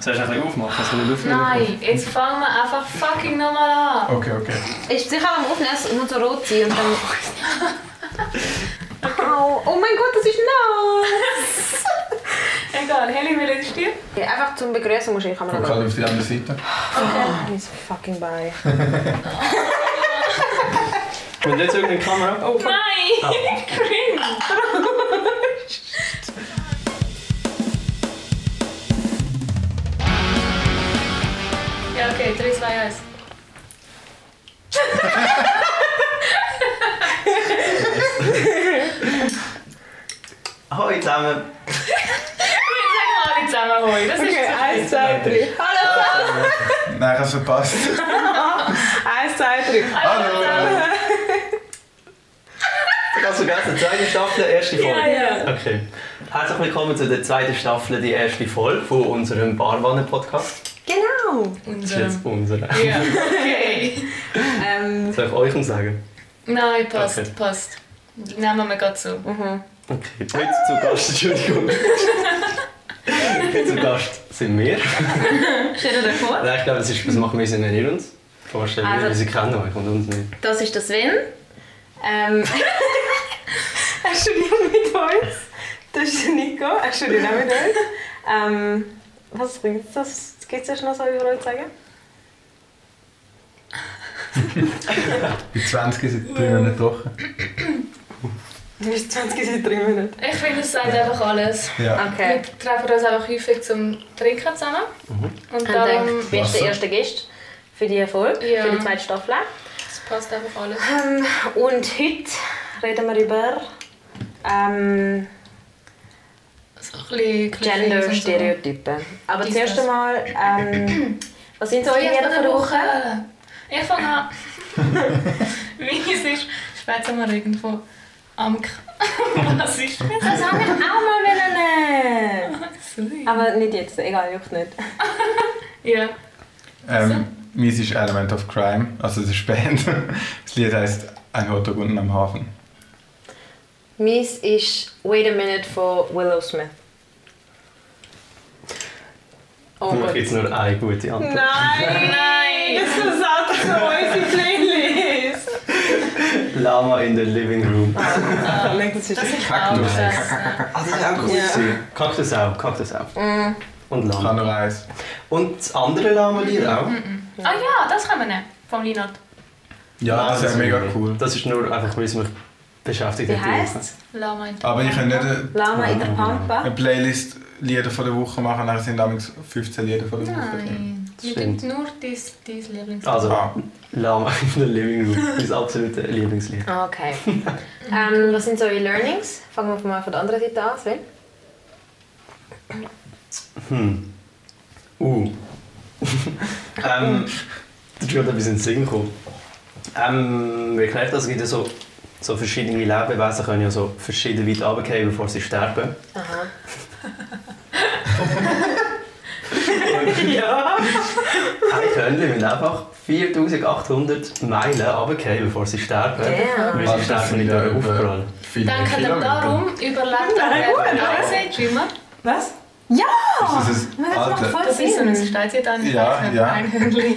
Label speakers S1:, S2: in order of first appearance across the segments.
S1: Soll ich das nicht aufmachen? Dass wir eine Luft
S2: Nein, jetzt fangen wir einfach fucking nochmal an.
S1: Okay, okay.
S3: Ich sicher am Aufnehmen nur so rot sein und dann. Au. Oh mein Gott, das ist nass!
S2: Egal, Heli, wie letztes dir?
S3: Okay, Einfach zum Begrüßen muss ich kann man
S4: Und
S3: noch.
S4: gerade halt auf die andere Seite.
S3: Oh, mein fucking Bein.
S1: Wenn jetzt irgendeine Kamera. Oh, fuck.
S2: Nein! Cringe! ja, okay, 3, 2, 1.
S5: Hoi zusammen.
S2: Wir sagen alle zusammen hoi. Das ist
S3: Okay,
S2: so
S3: eins, zwei, drei. Hallo!
S4: Nein, ich hab's verpasst.
S3: Eins, zwei, drei.
S4: Hallo!
S5: Ich habe sogar die zweite Staffel, erste Folge.
S2: Ja, ja.
S5: Okay. Herzlich willkommen zu der zweiten Staffel, die erste Folge von unserem Barwannen-Podcast.
S3: Genau!
S5: Das ist jetzt unsere.
S2: Ja, okay.
S3: Ähm,
S5: Soll ich euch uns sagen?
S2: Nein, passt,
S5: Okay.
S2: passt. Nehmen wir gerade so.
S5: Okay. Heute zu Gast, Entschuldigung. Heute zu Gast sind wir.
S3: stell dir vor,
S5: Nein, ich glaube, das, ist, das machen wir sie nicht uns. Vorstellen,
S3: Also-
S5: also, wir sie kennen euch und uns nicht.
S3: das ist der Sven. Ähm, er studiert mit uns. Das ist der Nico, er studiert auch mit uns. Ähm, was gibt's das? Gibt's das noch so über euch zu sagen?
S4: Die 20 sind drei Monate Woche.
S3: Du bist 20 seit 3 Minuten.
S2: Ich finde, es sagt einfach alles.
S4: Ja.
S3: Okay.
S2: Wir treffen uns einfach häufig zum Trinken zusammen. Und
S3: Und dann
S2: darum,
S3: du bist der erste Gast für die Folge,
S2: Ja.
S3: für die zweite Staffel.
S2: es passt einfach alles.
S3: Ähm, und heute reden wir über ähm,
S2: So ein bisschen Klischees und so.
S3: Gender-Stereotypen. Aber
S2: Dies,
S3: zuerst
S2: das.
S3: einmal, ähm, was sind so eure
S2: Jetzt
S3: Werte
S2: von
S3: für die Woche?
S2: Ich fange an. Meins ist, später mal irgendwo am K. Was ist das?
S3: Das haben wir auch mal wollen.
S2: Sorry.
S3: Aber nicht jetzt, egal, juckt nicht.
S2: Ja.
S4: Ähm, meins ist Element of Crime, also das ist Band. Das Lied heisst Ein Hotdog unten am Hafen.
S3: Meins ist Wait a Minute von Willow Smith. Oh
S5: Ich mache jetzt nur eine gute Antwort.
S3: Nein, nein! Das ist ein Satz für unsere Playlist!
S5: Lama in the Living Room.
S3: Das ist
S2: Das ist auch das. ja.
S5: Ah, das ist auch gut. Mm.
S3: Ja.
S5: gewesen. Kaktus auch, Kaktus auch. Und
S4: Ich
S5: Lama.
S4: habe nur eins.
S5: Und das andere Lama-Lied auch.
S2: Ah ja, das können wir nehmen. Vom Linat.
S4: Ja, das ist
S5: Nein,
S4: mega
S5: nicht.
S4: cool.
S5: Das ist nur einfach, weil es mich beschäftigt
S3: Wie
S5: hat die
S3: heisst
S5: Woche.
S3: es?
S2: Lama in der
S4: Aber ich kann nicht äh,
S2: Pampa.
S4: eine-
S3: Lama in der Pampa.
S4: eine Playlist Lieder von der Woche machen, dann sind damals 15 Lieder von der Woche.
S2: Nein.
S5: Das
S2: Wir
S5: stimmt.
S2: tun nur dein, dein Lieblings.
S5: Also,
S4: Ah.
S5: Lama in the Living Room. Mein absolutes Lieblingslied.
S3: Okay. ähm, was sind so eure Learnings? Fangen wir mal von der anderen Seite an, Sven.
S5: Uh. ähm, das ist gerade ein bisschen in den Sinn gekommen. Ähm, wie erklärt das? Es gibt ja so, so verschiedene Lebewesen, können ja so verschieden weit runtergehen, bevor sie sterben.
S3: Aha.
S5: Ein Hündchen müssen einfach 4800 Meilen runtergehen, bevor sie sterben.
S3: Damn.
S5: Weil sie sterben nicht
S4: ja
S5: aufprallen.
S4: viele
S2: Danke dir
S4: Kilometer.
S2: darum, überlebt er
S3: gut,
S2: der Ice Age immer.
S3: Was? Ja!
S4: Ist das ein
S3: Das macht
S4: Alter?
S3: voll
S2: Das ist so ein
S3: Sinn.
S2: Steinzeit an
S4: Ja, ja.
S2: Einhörnli.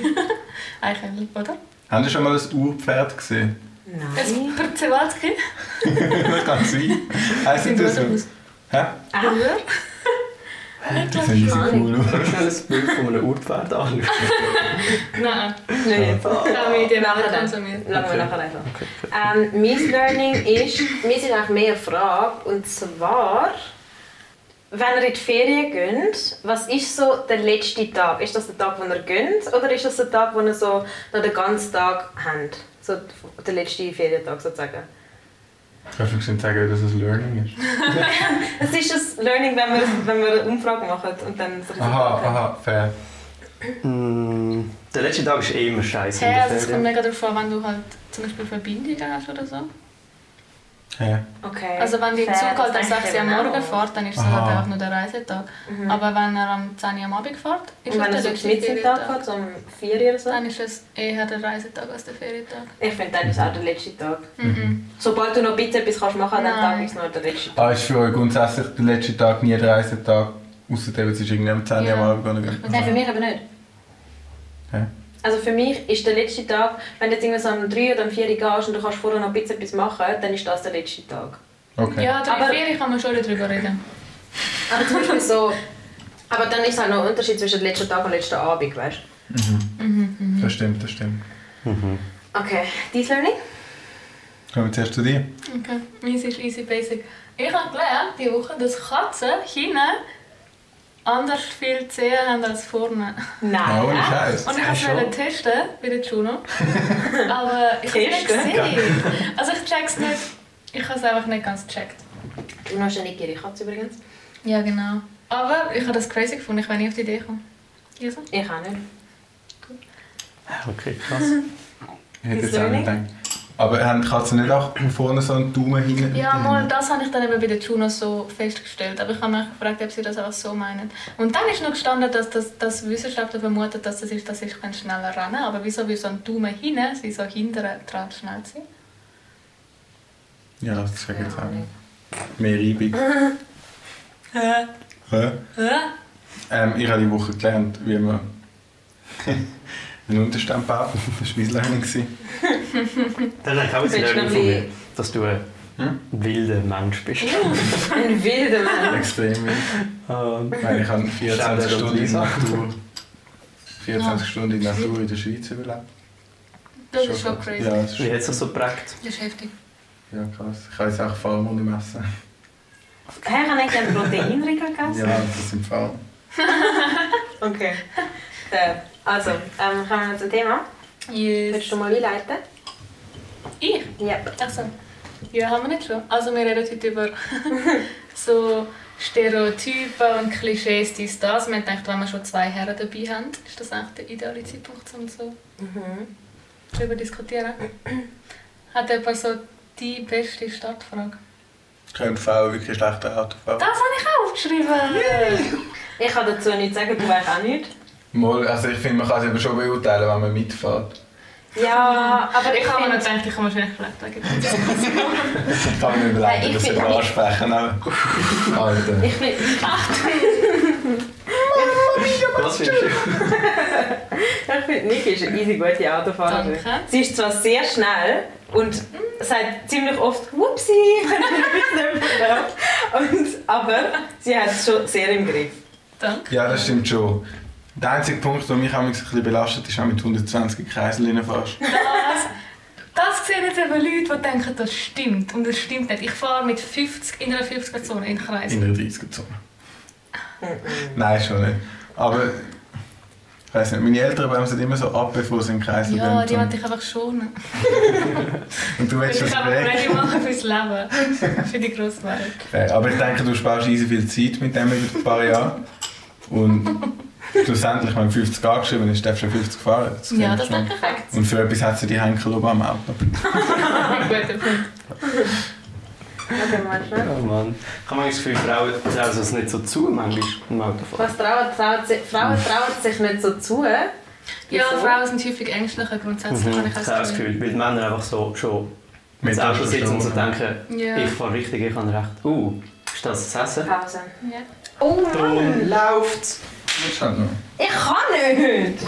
S2: Einhörnli, oder?
S4: Haben Sie schon mal ein U-Pferd gesehen?
S2: Ein
S3: Nein.
S2: Przewalski.
S4: das kann sein. Heißt das so? Hä?
S2: Oder?
S3: Ah.
S4: Die sehen easy cool aus.
S5: Kann ich schnell ein Bild von einem Urpferd anschauen?
S2: Nein,
S3: Nein, jetzt.
S2: ich habe mit dem
S3: Nachher
S2: nicht
S3: dann.
S2: konsumiert.
S3: Lassen wir
S5: Okay.
S3: nachher einfach. Ähm, mein Learning ist, mir sind auch mehr Frage und zwar, wenn ihr in die Ferien geht, was ist so der letzte Tag? Ist das der Tag, wo ihr geht oder ist das der Tag, wo ihr so noch den ganzen Tag habt? So der letzte Ferientag sozusagen.
S4: Ich kann schon sagen, dass es ein Learning ist.
S3: Das ist das Learning, wenn wir, wenn wir eine Umfrage machen und dann so
S4: Aha, aha, fair.
S5: Mm, Der letzte Tag ist eh immer scheiße. in
S2: Hey,
S5: der
S2: also es kommt
S5: Ferien.
S2: mega darauf an, wenn du halt zum Beispiel Verbindungen hast oder so.
S4: Hä?
S3: Okay.
S2: Also wenn die im Zug halt am
S3: das denke
S2: 6
S3: ich
S2: Uhr am
S3: eben
S2: Morgen
S3: auch. Mhm.
S2: fährt, dann ist es
S4: Aha.
S2: halt einfach nur der Reisetag. Aber wenn er am 10 Uhr am Abend fährt, ist
S3: Und wenn er
S2: es
S3: so
S2: der
S3: bis
S2: letzte
S3: Mittag
S2: Ferientag.
S3: fährt, so um 4 Uhr oder so.
S2: Dann ist es eher der Reisetag als der Ferientag.
S3: Ich finde, dann ist auch der letzte Tag.
S2: Mhm.
S3: Sobald du noch ein bisschen etwas kannst machen kannst, dann
S2: Nein.
S3: Tag ist noch der letzte Tag.
S4: Ah, ist für euch grundsätzlich der letzte Tag nie der Reisetag? Außer der ist irgendwie am 10 Uhr
S6: Ja.
S4: am Abend gegangen.
S3: Nein, für mich aber nicht.
S4: Hä?
S3: Also für mich ist der letzte Tag, wenn du jetzt irgendwie so um 3 oder um 4 Uhr gehst und du kannst vorher noch ein bisschen etwas machen, dann ist das der letzte Tag.
S4: Okay.
S2: Ja, drei,
S3: Aber-
S2: vier kann man schon darüber reden.
S3: Aber zum Beispiel so... Aber dann ist halt noch ein Unterschied zwischen dem letzten Tag und dem letzten Abend, weißt du?
S4: Mhm.
S2: Mhm,
S4: Das stimmt, das stimmt.
S3: Okay, dein Learning?
S4: Kommen wir zuerst zu dir.
S2: Okay. Meins ist easy basic. Ich habe gelernt diese Woche, dass Katzen hinten anders viel Zehen haben als vorne.
S4: Ja, ohne
S3: Nein.
S4: Scheiß.
S2: Ah, Und ich
S5: Hast du
S2: wollte testen bei der Juno. Aber ich habe es nicht
S3: Testen?
S2: gesehen. Also ich check's nicht. Ich habe es einfach nicht ganz gecheckt.
S3: Du hast eine gierige Katze übrigens.
S2: Ja, genau. Aber ich habe das crazy gefunden. Ich wäre nie auf die Idee gekommen. Jesu?
S3: Ich auch nicht.
S5: Okay, krass.
S4: Ich hätte jetzt auch nicht gedacht. Aber haben Katzen nicht auch vorne so einen Daumen hinten?
S2: Ja, mal, das habe ich dann eben bei der Juno so festgestellt. Aber ich habe mich gefragt, ob sie das einfach so meinen. Und dann ist noch gestanden, dass, das, dass Wissenschaftler vermuten, dass das ist, dass ich kann schneller rennen kann. Aber wieso will so ein Daumen hinten, sie so hinterher dran schnell sein?
S4: Ja, das sage ich jetzt auch nicht. Mehr
S2: Mhm.
S4: Reibung.
S2: Hä?
S4: Hä?
S2: Hä?
S4: Ähm, ich habe die Woche gelernt, wie man einen Unterstand baut. Das war mein Learning. gewesen.
S5: Dann habe ich auch ein
S3: Willst du
S5: Learning
S3: noch
S5: von mir,
S3: wie-
S5: dass du ein
S4: Hm?
S5: wilder Mensch bist.
S3: Ein wilder Mann.
S4: Extrem wild.
S5: Ähm,
S4: Ich meine, ich habe 24
S5: Schade,
S4: Stunden in
S5: Lisa.
S4: der Natur. 24 Stunden in der Natur in der Schweiz überlebt.
S2: Das ist schon crazy.
S4: Ja, das ist
S5: Wie
S4: schon,
S5: hat es dich so geprägt?
S2: Das ist heftig.
S4: ja, krass. Ich kann jetzt auch Farmer nicht messen.
S3: Hä, ich habe nicht gerne Proteinregel gegessen.
S4: Ja, das sind Farmer.
S3: Okay. Äh, Also, ähm, kommen wir zum Thema. Willst
S2: Yes.
S3: du mal einleiten?
S2: Ich?
S3: Ja.
S2: Achso. Ja, haben wir nicht schon. Also wir reden heute über so Stereotypen und Klischees, dies, das. Wir haben gedacht, wenn wir schon zwei Herren dabei haben, ist das eigentlich der ideale Zeitpunkt, um so
S3: Mhm.
S2: darüber zu diskutieren. Hat jemand so die beste Stadtfrage?
S4: Können Frauen wirklich schlechte Autofahren?
S2: Das habe ich auch aufgeschrieben!
S3: Ich kann dazu nichts sagen, du weißt auch nicht.
S4: Mal, also ich finde, man kann es aber schon beurteilen, wenn man mitfährt.
S3: Ja, aber
S2: Ich habe mir
S3: finde-
S2: nicht gedacht, ich kann mir vielleicht vielleicht sagen.
S4: Ich kann mir
S3: Nein,
S4: überlegen,
S3: ich
S4: dass ich
S3: finde-
S4: ansprechen aber- Alter.
S3: Ich finde,
S5: Was findest du?
S3: ich finde, Niki ist eine easy gute Autofahrerin.
S2: Danke.
S3: Sie ist zwar sehr schnell und sagt ziemlich oft «Wupsi!» wenn sie ein bisschen verläuft. und, Aber sie hat es schon sehr im Griff.
S2: Danke.
S4: Ja, das stimmt schon. Der einzige Punkt, der mich auch ein bisschen belastet, ist, wenn du mit 120 Kreiseln fährst.
S2: Das, das sehen jetzt eben Leute, die denken, das stimmt. Und das stimmt nicht. Ich fahre mit 50 in einer 50er-Zone in den Kreis.
S4: In der 30er-Zone. Nein, schon nicht. Aber, ich weiß nicht, meine Eltern bremsen immer so ab, bevor sie in den Kreisel
S2: Ja, die
S4: gehen.
S2: wollte ich einfach schonen.
S4: Und du willst
S2: Ich
S4: das
S2: kann
S4: weg.
S2: ready machen fürs Leben. Für die grosse Welt.
S4: Fair. Aber ich denke, du sparst easy viel Zeit mit dem über ein paar Jahre. Und schlussendlich, wenn 50 angeschrieben ist, darfst du 50 fahren. Das
S2: Ja,
S4: klingt
S2: das
S4: schon.
S2: denke ich auch.
S4: Und für etwas hat sie die Henkel oben am Auto.
S2: Guter Punkt.
S3: Okay, mal schnell.
S5: Oh Mann. Ich habe manchmal das Gefühl, Frauen trauen es nicht so zu, manchmal im Autofahren.
S3: Was trauen, trauen, sie- Frauen trauen sich nicht so zu.
S2: Ja,
S3: Wieso?
S2: Frauen sind häufig ängstlicher grundsätzlich,
S5: Mhm.
S2: habe
S5: Ich
S2: ich auch
S5: habe
S2: das
S5: das
S2: Gefühl.
S5: Gefühl, weil die Männer einfach so schon ins Auto sitzen und so denken,
S2: Ja.
S5: ich fahre richtig, ich habe recht. Uh, ist das das Essen?
S3: Pause.
S2: Ja.
S3: Oh Mann!
S5: Drum läuft's!
S4: Willst du halt noch?
S3: Ich kann nicht!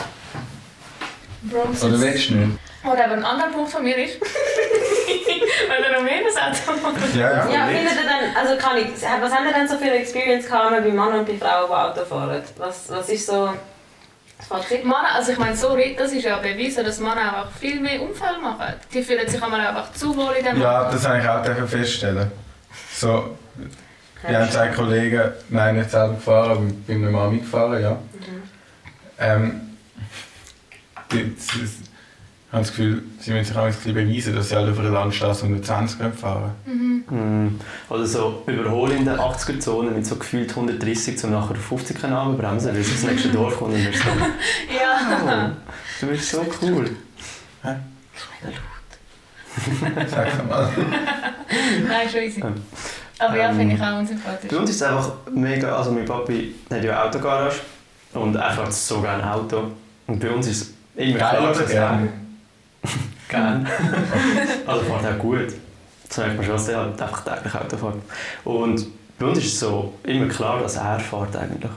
S2: Bronze.
S4: Oder willst du nicht?
S2: Oder aber ein anderer Punkt von mir ist, wenn er noch mehr das Auto macht.
S4: Ja, ja.
S3: Ja,
S5: Nicht.
S3: findet ihr denn, also kann ich, was haben ihr denn so für Experience gehabt bei Männern und bei Frauen, die Auto fahren? Was, was ist so das Fazit?
S2: Männer, also ich meine, sorry, das ist ja bewiesen, dass Männer einfach viel mehr Unfälle machen. Die fühlen sich einmal einfach zu wohl in dem
S4: Ja, das habe ich auch dürfen feststellen. So, wir haben zwei Kollegen, nein, nicht selber gefahren, aber ich bin mit Mami gefahren, ja.
S3: Mhm.
S4: Ähm, die, sie, sie- ich habe das Gefühl, sie müssen sich auch ein bisschen beweisen, dass sie halt alle auf einer Landstraße 120 können fahren
S5: Mhm. Oder so überholen in der 80er-Zone mit so gefühlt 130, um nachher auf 50 können runterbremsen, weil sie ins nächste Dorf kommen und wir so,
S2: Ja.
S5: oh, du bist so cool.
S4: können. Sag's
S2: Oh.
S4: mal.
S2: Nein, schon easy.
S5: Ja.
S2: Aber ja,
S5: Ähm,
S2: finde ich auch unsympathisch.
S5: Bei uns ist es einfach mega, also mein Papi hat ja eine Autogarage und er fährt so gerne Auto. Und bei uns ist es immer
S4: Geil oder
S5: dass er-
S4: gern?
S5: Gerne. also fährt er gut. Das merkt man schon, dass er halt einfach täglich Auto fährt. Und Bei uns ist es so immer klar, dass er fährt eigentlich.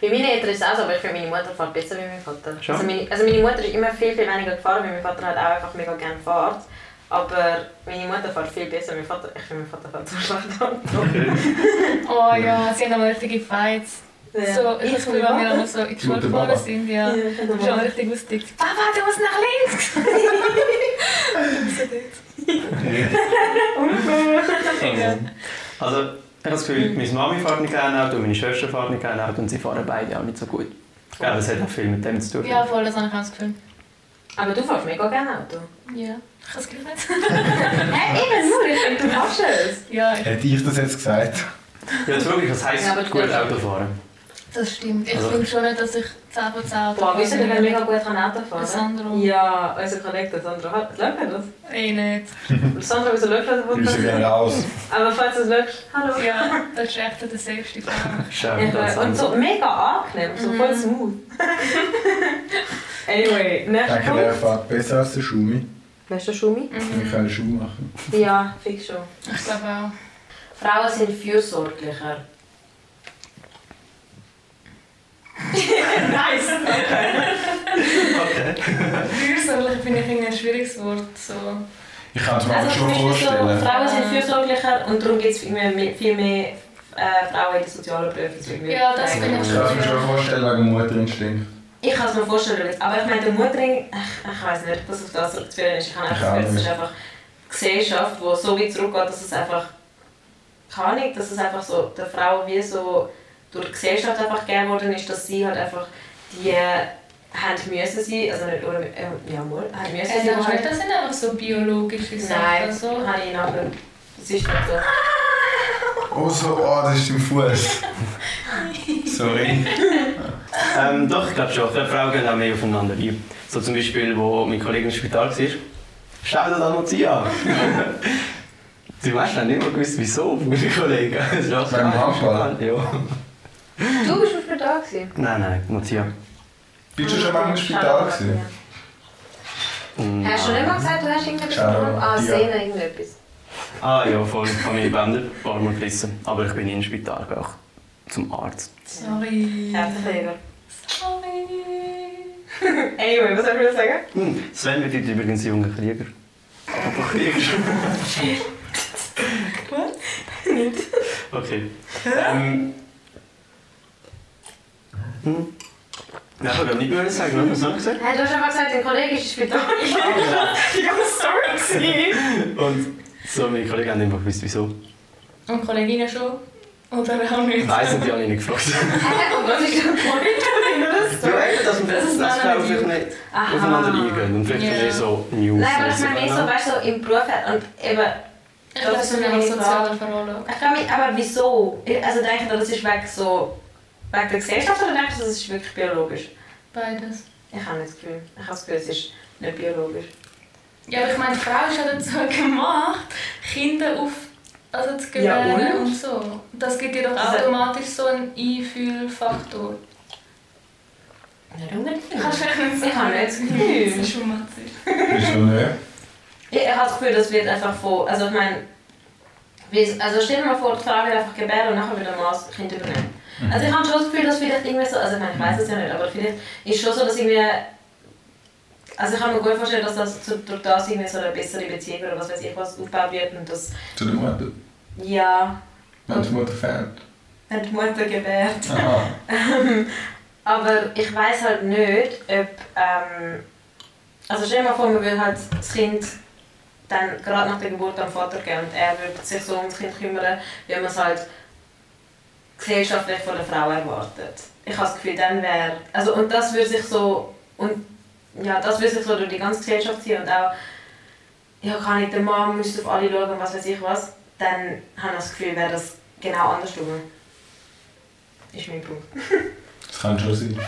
S3: Bei meinen Eltern ist es auch so, aber ich finde, meine Mutter fährt besser wie mein Vater.
S5: Schon?
S3: Also meine, also meine Mutter ist immer viel, viel weniger gefahren, weil mein Vater halt auch einfach mega gerne fährt. Aber meine Mutter fährt viel besser, mein Vater... Ich finde, mein Vater fährt so schlecht Auto.
S2: Oh ja, sie haben einmal richtige Fights. So, ich habe das Gefühl, wenn wir
S3: ja.
S2: einmal so in die Schule
S4: Mit dem Baba.
S2: gefahren sind, ja.
S3: Ja,
S2: Ich
S3: mit dem
S2: bin schon
S3: Baba.
S2: richtig ausgedickt. Papa, du musst nach links! Ja.
S5: Also, ich habe das Gefühl, meine Mami fährt nicht gerne Auto, meine Schwester fährt nicht gerne Auto und sie fahren beide auch nicht so gut. Ich glaube, es hat auch viel mit dem zu tun.
S2: ja, voll, das habe ich auch das Gefühl.
S3: Aber du fährst mega gerne Auto.
S2: Ja. Ich habe das Gefühl nicht.
S3: Hä, eben nur, ich finde, du machst es.
S2: Ja, ich-
S4: Hätte ich das jetzt gesagt?
S5: Ja, jetzt wirklich, was heisst
S3: Ja, aber
S5: gut
S3: gut.
S5: Autofahren?
S2: das stimmt. Ich
S5: Also-
S2: finde schon nicht, dass ich 10 von 10 Auto
S3: Boah, wissen wir, wer
S2: fahre.
S3: mega gut kann Auto fahren
S2: Der Sandro.
S3: Ja, unser Kollege, der Sandro. Hat- Schau mal
S2: Eh nicht.
S3: das. Sandro, Hm. wieso schaust du das?
S4: Grüße gehen raus.
S3: Aber falls du es schaust, hallo.
S2: Ja, das ist echt der safeste Fahrer.
S5: Schau, das
S3: Ja, und
S5: an.
S3: so mega angenehm, so voll smooth. anyway, nächster
S4: Denke, der
S3: Punkt.
S4: fährt besser als der Schumi.
S3: Mhm. Nächster Schumi?
S4: Ich kann einen Schuh machen.
S3: Ja, fix schon.
S2: Mhm, Ich glaube auch.
S3: Frauen sind fürsorglicher. nice!
S5: Okay.
S2: Fürsorglich finde ich irgendwie ein schwieriges Wort. So.
S4: Ich kann es mir
S3: Also
S4: aber schon
S3: zum Beispiel so,
S4: vorstellen.
S3: Frauen sind fürsorglicher und darum gibt es viel mehr, viel mehr äh, Frauen in den sozialen Berufen.
S2: Ja, das
S3: Nein.
S2: finde
S4: Ich
S2: ich
S4: kann es mir schon
S2: schon.
S4: vorstellen, wegen Mutterinstinkt.
S3: Ich kann es mir vorstellen, aber ich meine, der Muttering, ach, ich weiß nicht, ob das auf das zurückzuführen ist. Ich habe einfach
S4: Ich auch
S3: das Gefühl, es ist
S4: nicht.
S3: einfach eine Gesellschaft, die so weit zurückgeht, dass es einfach, keine Ahnung, dass es einfach so der Frau wie so durch die Gesellschaft einfach gegeben worden ist, dass sie halt einfach die äh, haben müssen sie, also nicht, oder, äh, ja, mal, haben müssen
S2: Äh,
S3: sie.
S2: denkst du
S3: Halt,
S2: nicht, das sind einfach so biologische Sachen.
S3: nein,
S2: So.
S3: habe ich noch nicht. Das ist nicht so.
S4: Oh, so, oh, das ist im Fuß. Sorry.
S5: Ähm, doch, ich glaube schon. Ich glaube, Frauen gehen auch mehr aufeinander ein. So zum Beispiel, wo mein Kollege im Spital war. Schau dir da noch die an. Die meisten haben nicht mal gewusst, wieso, meine Kollegen. Es ist auch
S4: Beim
S5: so-
S4: Handball?
S5: Ja.
S3: Du bist schon da gewesen.
S5: Nein, nein, Mattia.
S4: Bist du schon mal im Spital gewesen?
S5: Mm,
S3: Hast du
S5: ah.
S3: nicht mal gesagt, du hast irgendetwas
S4: Schau,
S3: gemacht? Ah,
S4: ja.
S3: Sehne, irgendetwas.
S5: Ah ja, voll. Ich habe meine Bänder ein paar Mal gerissen. Aber ich bin ins Spital gegangen. Zum Arzt.
S2: Sorry.
S3: Herzlich
S2: Sorry.
S3: Anyway, was soll ich sagen?
S5: Hm, Sven bedeutet übrigens junger Krieger. Aber Krieger. Okay. Ähm. Hm. Ja, ich habe nicht mehr sagen, oder? Was habe ich gesagt? Ah,
S3: Hey, du hast einfach gesagt, dein Kollege ist im Spital. Ich war sorry. gewesen.
S5: Und so, meine Kollegen haben einfach gewusst, wieso.
S2: Und Kolleginnen schon? Oder auch nicht?
S5: Nein, sind die alle nicht gefragt.
S3: Hä, Und was ist der Point von deiner Story?
S5: dass man
S2: Das ist
S5: dass
S2: meine
S5: Frauen vielleicht nicht
S3: Aha.
S5: aufeinander eingehen. Und vielleicht
S2: Ja.
S5: yeah. so News.
S3: Nein, aber ich
S5: lesen,
S3: meine mehr so,
S5: oder?
S3: weißt du, so im Beruf hat und eben...
S2: Ich glaube, das ist
S3: Also,
S2: eine soziale Verrolle.
S3: Ich frage mich, aber wieso? Also denke ich, das ist wegen so... wegen der Gesellschaft oder denkst du, das ist wirklich biologisch?
S2: Beides.
S3: Ich habe nicht das Gefühl. Ich habe das Gefühl, es ist nicht biologisch.
S2: Ja, aber ich meine, die Frau ist ja dazu gemacht, Kinder auf also zu
S3: Ja,
S2: gewähren
S3: und?
S2: und? so. Das gibt dir doch
S3: Also-
S2: automatisch so einen Einfühlfaktor.
S3: Nicht unbedingt.
S2: Kannst du
S3: Ich
S2: vielleicht nicht
S3: Ich habe nicht das Gefühl.
S2: Das ist schon massiv.
S4: Bist du nicht?
S3: ich habe das Gefühl, das wird einfach von... Also ich meine... wie es- Also stell dir mal vor, die Frau wird einfach gebären und nachher wieder ein Mann das Kind übernehmen. Also ich habe schon das Gefühl, dass vielleicht irgendwie so, also ich meine, ich weiß es ja nicht, aber vielleicht ist schon so, dass irgendwie, also ich kann mir gut vorstellen, dass das zu- durch das irgendwie so eine bessere Beziehung oder was weiß ich was aufgebaut wird und das,
S4: Zu der Mutter.
S3: ja,
S4: Wenn die Mutter fährt.
S3: wenn die Mutter gebärt.
S4: Aha.
S3: Aber ich weiß halt nicht, ob, ähm, also stell dir mal vor, man würde halt das Kind dann gerade nach der Geburt am Vater geben und er würde sich so um das Kind kümmern, wie man es halt gesellschaftlich von der Frau erwartet. Ich habe das Gefühl, dann wäre... Also, und das würde sich so... Und, ja, das würde sich so durch die ganze Gesellschaft ziehen und auch... Ja, kann ich, der Mann müsste auf alle schauen und was weiß ich was. Dann habe ich das Gefühl, wäre das genau andersrum. Ist mein Punkt.
S4: Das kann schon sein.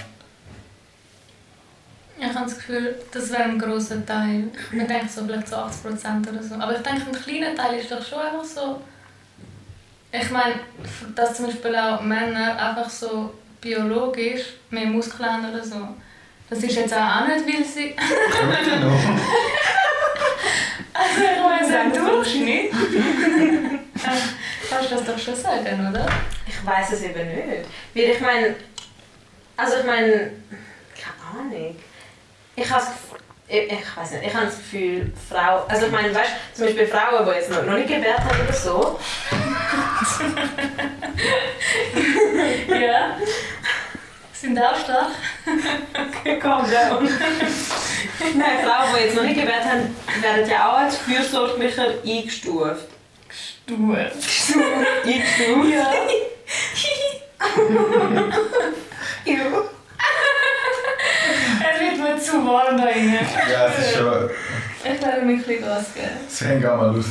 S2: Ich habe das Gefühl, das wäre ein grosser Teil. Ich denke so vielleicht so 80% oder so. Aber ich denke, ein kleiner Teil ist doch schon einfach so. Ich meine, dass zum Beispiel auch Männer einfach so biologisch mehr Muskeln haben oder so. Das ist jetzt auch nicht, weil sie. Also, ich meine, so ein Durchschnitt. Kannst du das doch schon sagen, oder?
S3: Ich weiß es eben nicht. Weil ich meine. Also ich meine. Keine Ahnung. Ich habe ich, ich weiß nicht, ich habe das Gefühl, Frauen, also ich meine, weißt du, zum Beispiel Frauen, die jetzt noch, noch nicht gebärt haben oder so,
S2: Ja. Sind auch stark.
S3: Calm down. Nein, Frauen, die jetzt noch nicht gebärt haben, werden ja auch als fürsorglicher eingestuft.
S2: Stur.
S3: Eingestuft? Ja.
S2: Es wird mir zu warm da drin.
S4: Ja, es ist schon.
S2: Ich werde mich ein bisschen Gas geben.
S4: Es hängt auch mal raus.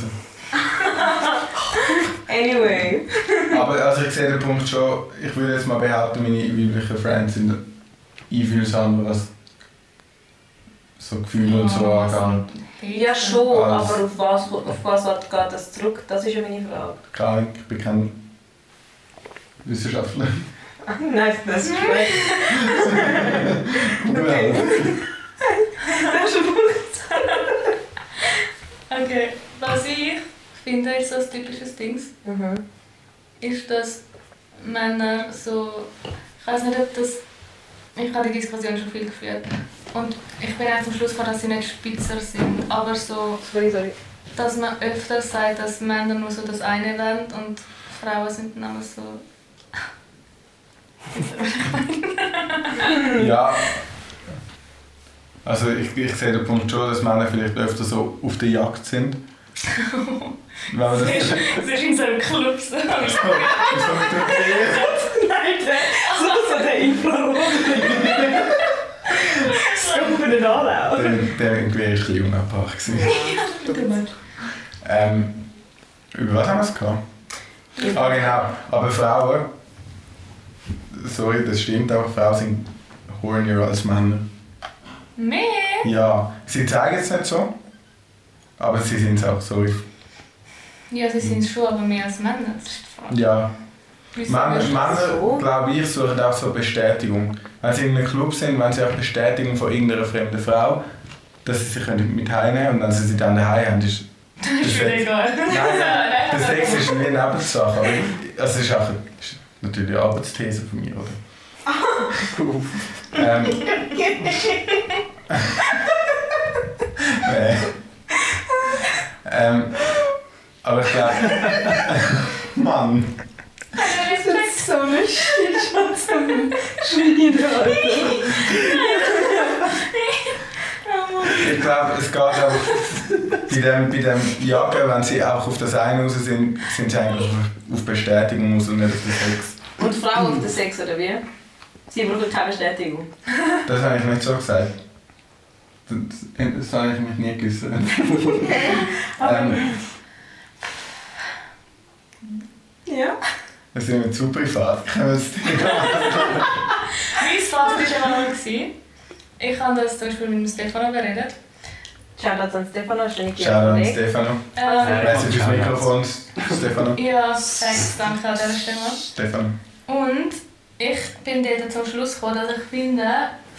S3: Anyway.
S4: Aber also ich sehe den Punkt schon, ich würde jetzt mal behaupten, meine weiblichen Friends sind einfühlsamer, was so Gefühle und so
S2: Ja.
S4: angeht.
S3: Ja schon,
S4: Alles.
S3: aber auf was, auf was geht das zurück? Das ist ja meine Frage.
S4: Klar, ich bin kein Wissenschaftler.
S3: Nein, das ist schlecht.
S4: Okay.
S3: Das ist
S2: Okay. Was ich finde, ist so ein typisches Ding,
S3: mhm.
S2: ist, dass Männer so. Ich weiß nicht, ob das. Ich habe die Diskussion schon viel geführt. Und ich bin auch zum Schluss gekommen, dass sie nicht spitzer sind. Aber so,
S3: Sorry, sorry.
S2: dass man öfter sagt, dass Männer nur so das eine werden und Frauen sind dann aber so.
S4: Ja. Also ich, ich sehe den Punkt schon, dass Männer vielleicht öfter so auf der Jagd sind. Wenn man das so
S2: ist in so einem Club so.
S4: so-
S3: Nein, so so der Infrarot. Super den Anlauf.
S4: der, der irgendwie ist ein bisschen unerfahren gewesen. Ähm, über was haben wir es gehabt? Ah, genau. Aber Frauen. Sorry, das stimmt, aber Frauen sind hornier als Männer.
S2: Mehr?
S4: Ja, sie zeigen es nicht so. Aber sie sind es auch, sorry.
S2: Ja, sie sind schon, aber mehr als Männer. Das ist die Frage.
S4: Ja.
S2: Wieso
S4: Männer,
S2: ist das
S4: Männer
S3: so?
S4: glaube ich, suchen auch so Bestätigung. Wenn sie in einem Club sind, wenn sie auch Bestätigung von irgendeiner fremden Frau, dass sie sie können mit heimnehmen und wenn sie sie dann daheim haben, ist.
S2: Das ist wieder egal.
S4: Nein, nein, der Sex ist nie eine Nebensache. Aber ich, also es ist auch ist natürlich eine Arbeitsthese von mir, oder? ähm, nee. ähm, aber ich glaube. Mann!
S3: Das ist so eine Schwede. Schwede.
S4: Ich glaube, es geht auch bei dem, bei dem Jagen, wenn sie auch auf das eine raus sind, sind sie eigentlich auf- auf Bestätigung raus und nicht auf den Sex.
S3: Und Frauen auf den Sex, oder wie? Sie brauchen keine Bestätigung.
S4: Das habe ich nicht so gesagt. Das, das habe ich mich nie gegessen. ähm,
S3: Ja.
S4: das sind wir zu privat. Können wir das
S2: Mein Vater war aber noch. gewesen. Ich habe das zum Beispiel mit dem Stefano beredet.
S3: Shoutout an Stefano, ist eine
S4: Schau an
S3: Kollege.
S4: Stefano.
S2: Ähm,
S4: Weißt du, das Mikrofon? Stefano.
S2: ja, thanks, danke an dieser Stimme.
S4: Stefano.
S2: Und ich bin dort zum Schluss gekommen, dass ich finde,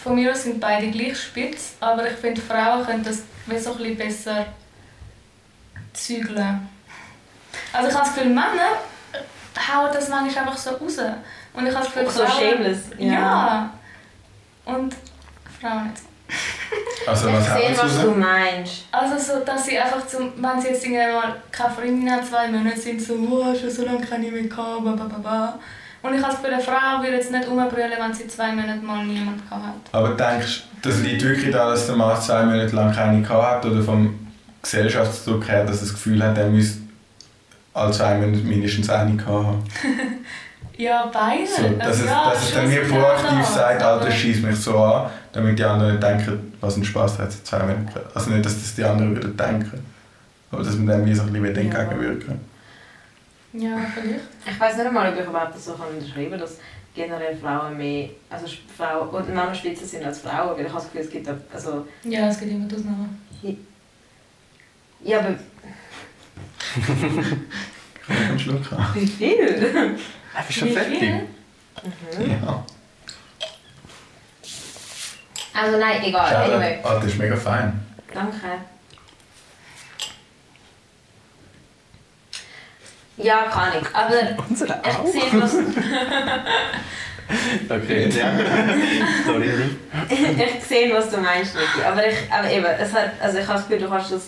S2: von mir aus sind beide gleich spitz, aber ich finde, Frauen können das wie so ein bisschen besser zügeln. Also ich habe das Gefühl, Männer hauen das manchmal einfach so raus. Und ich habe das Gefühl,
S3: So shameless.
S2: Ja. Und Frauen nicht.
S4: Also,
S3: Ich
S4: was haben
S3: sehe,
S4: wir
S3: was du
S4: zusammen?
S3: meinst.
S2: Also so, dass sie einfach zum, wenn sie jetzt irgendwann mal keine Freundin haben, zwei Monate sind, so, oh, schon so lange keine mehr gehabt, bla bla bla bla. Und ich habe für eine Frau würde jetzt nicht umbrüllen, wenn sie zwei Monate mal niemand gehabt hat.
S4: Aber denkst du, das liegt wirklich daran, dass der Mann zwei Monate lang keine gehabt hat oder vom Gesellschaftsdruck her, dass er das Gefühl hat, er müsste alle zwei Monate mindestens eine gehabt haben?
S2: Ja, beide.
S4: So, dass
S2: Also, ja,
S4: es,
S2: genau
S4: dass es
S2: schon
S4: dann mir
S2: so
S4: proaktiv
S2: klar,
S4: sagt,
S2: aber-
S4: Alter, schieß mich so an, damit die anderen denken, was ein Spaß hat, sie zwei Minuten. Also nicht, dass das die anderen würden denken. Aber dass man dem wie so ein bisschen
S3: Ja.
S4: entgegenwirken kann.
S2: Ja, vielleicht.
S3: Ich weiß nicht einmal, ob ich überhaupt das so kann unterschreiben kann, dass generell Frauen mehr, also Sch- Frauen und Männer spitzer sind als Frauen, weil ich habe das Gefühl, es gibt, ab- also,
S2: Ja, es gibt immer die Ausnahmen.
S3: ja, aber
S4: Ich kann nicht einen Schluck haben.
S3: wie viel?
S5: Einfach
S2: Wie viel?
S4: Ja.
S3: Also nein, egal,
S4: Ja,
S3: anyway.
S4: Alter, Alter, ah, ist mega fein.
S3: Danke. Ja, kann ich. Aber
S5: Unsere
S3: ich sehe, was,
S5: Okay, ja. Sorry.
S3: ich sehe, was du meinst, Niki. Aber, ich, aber eben, es hat, also ich habe das Gefühl, du kannst das...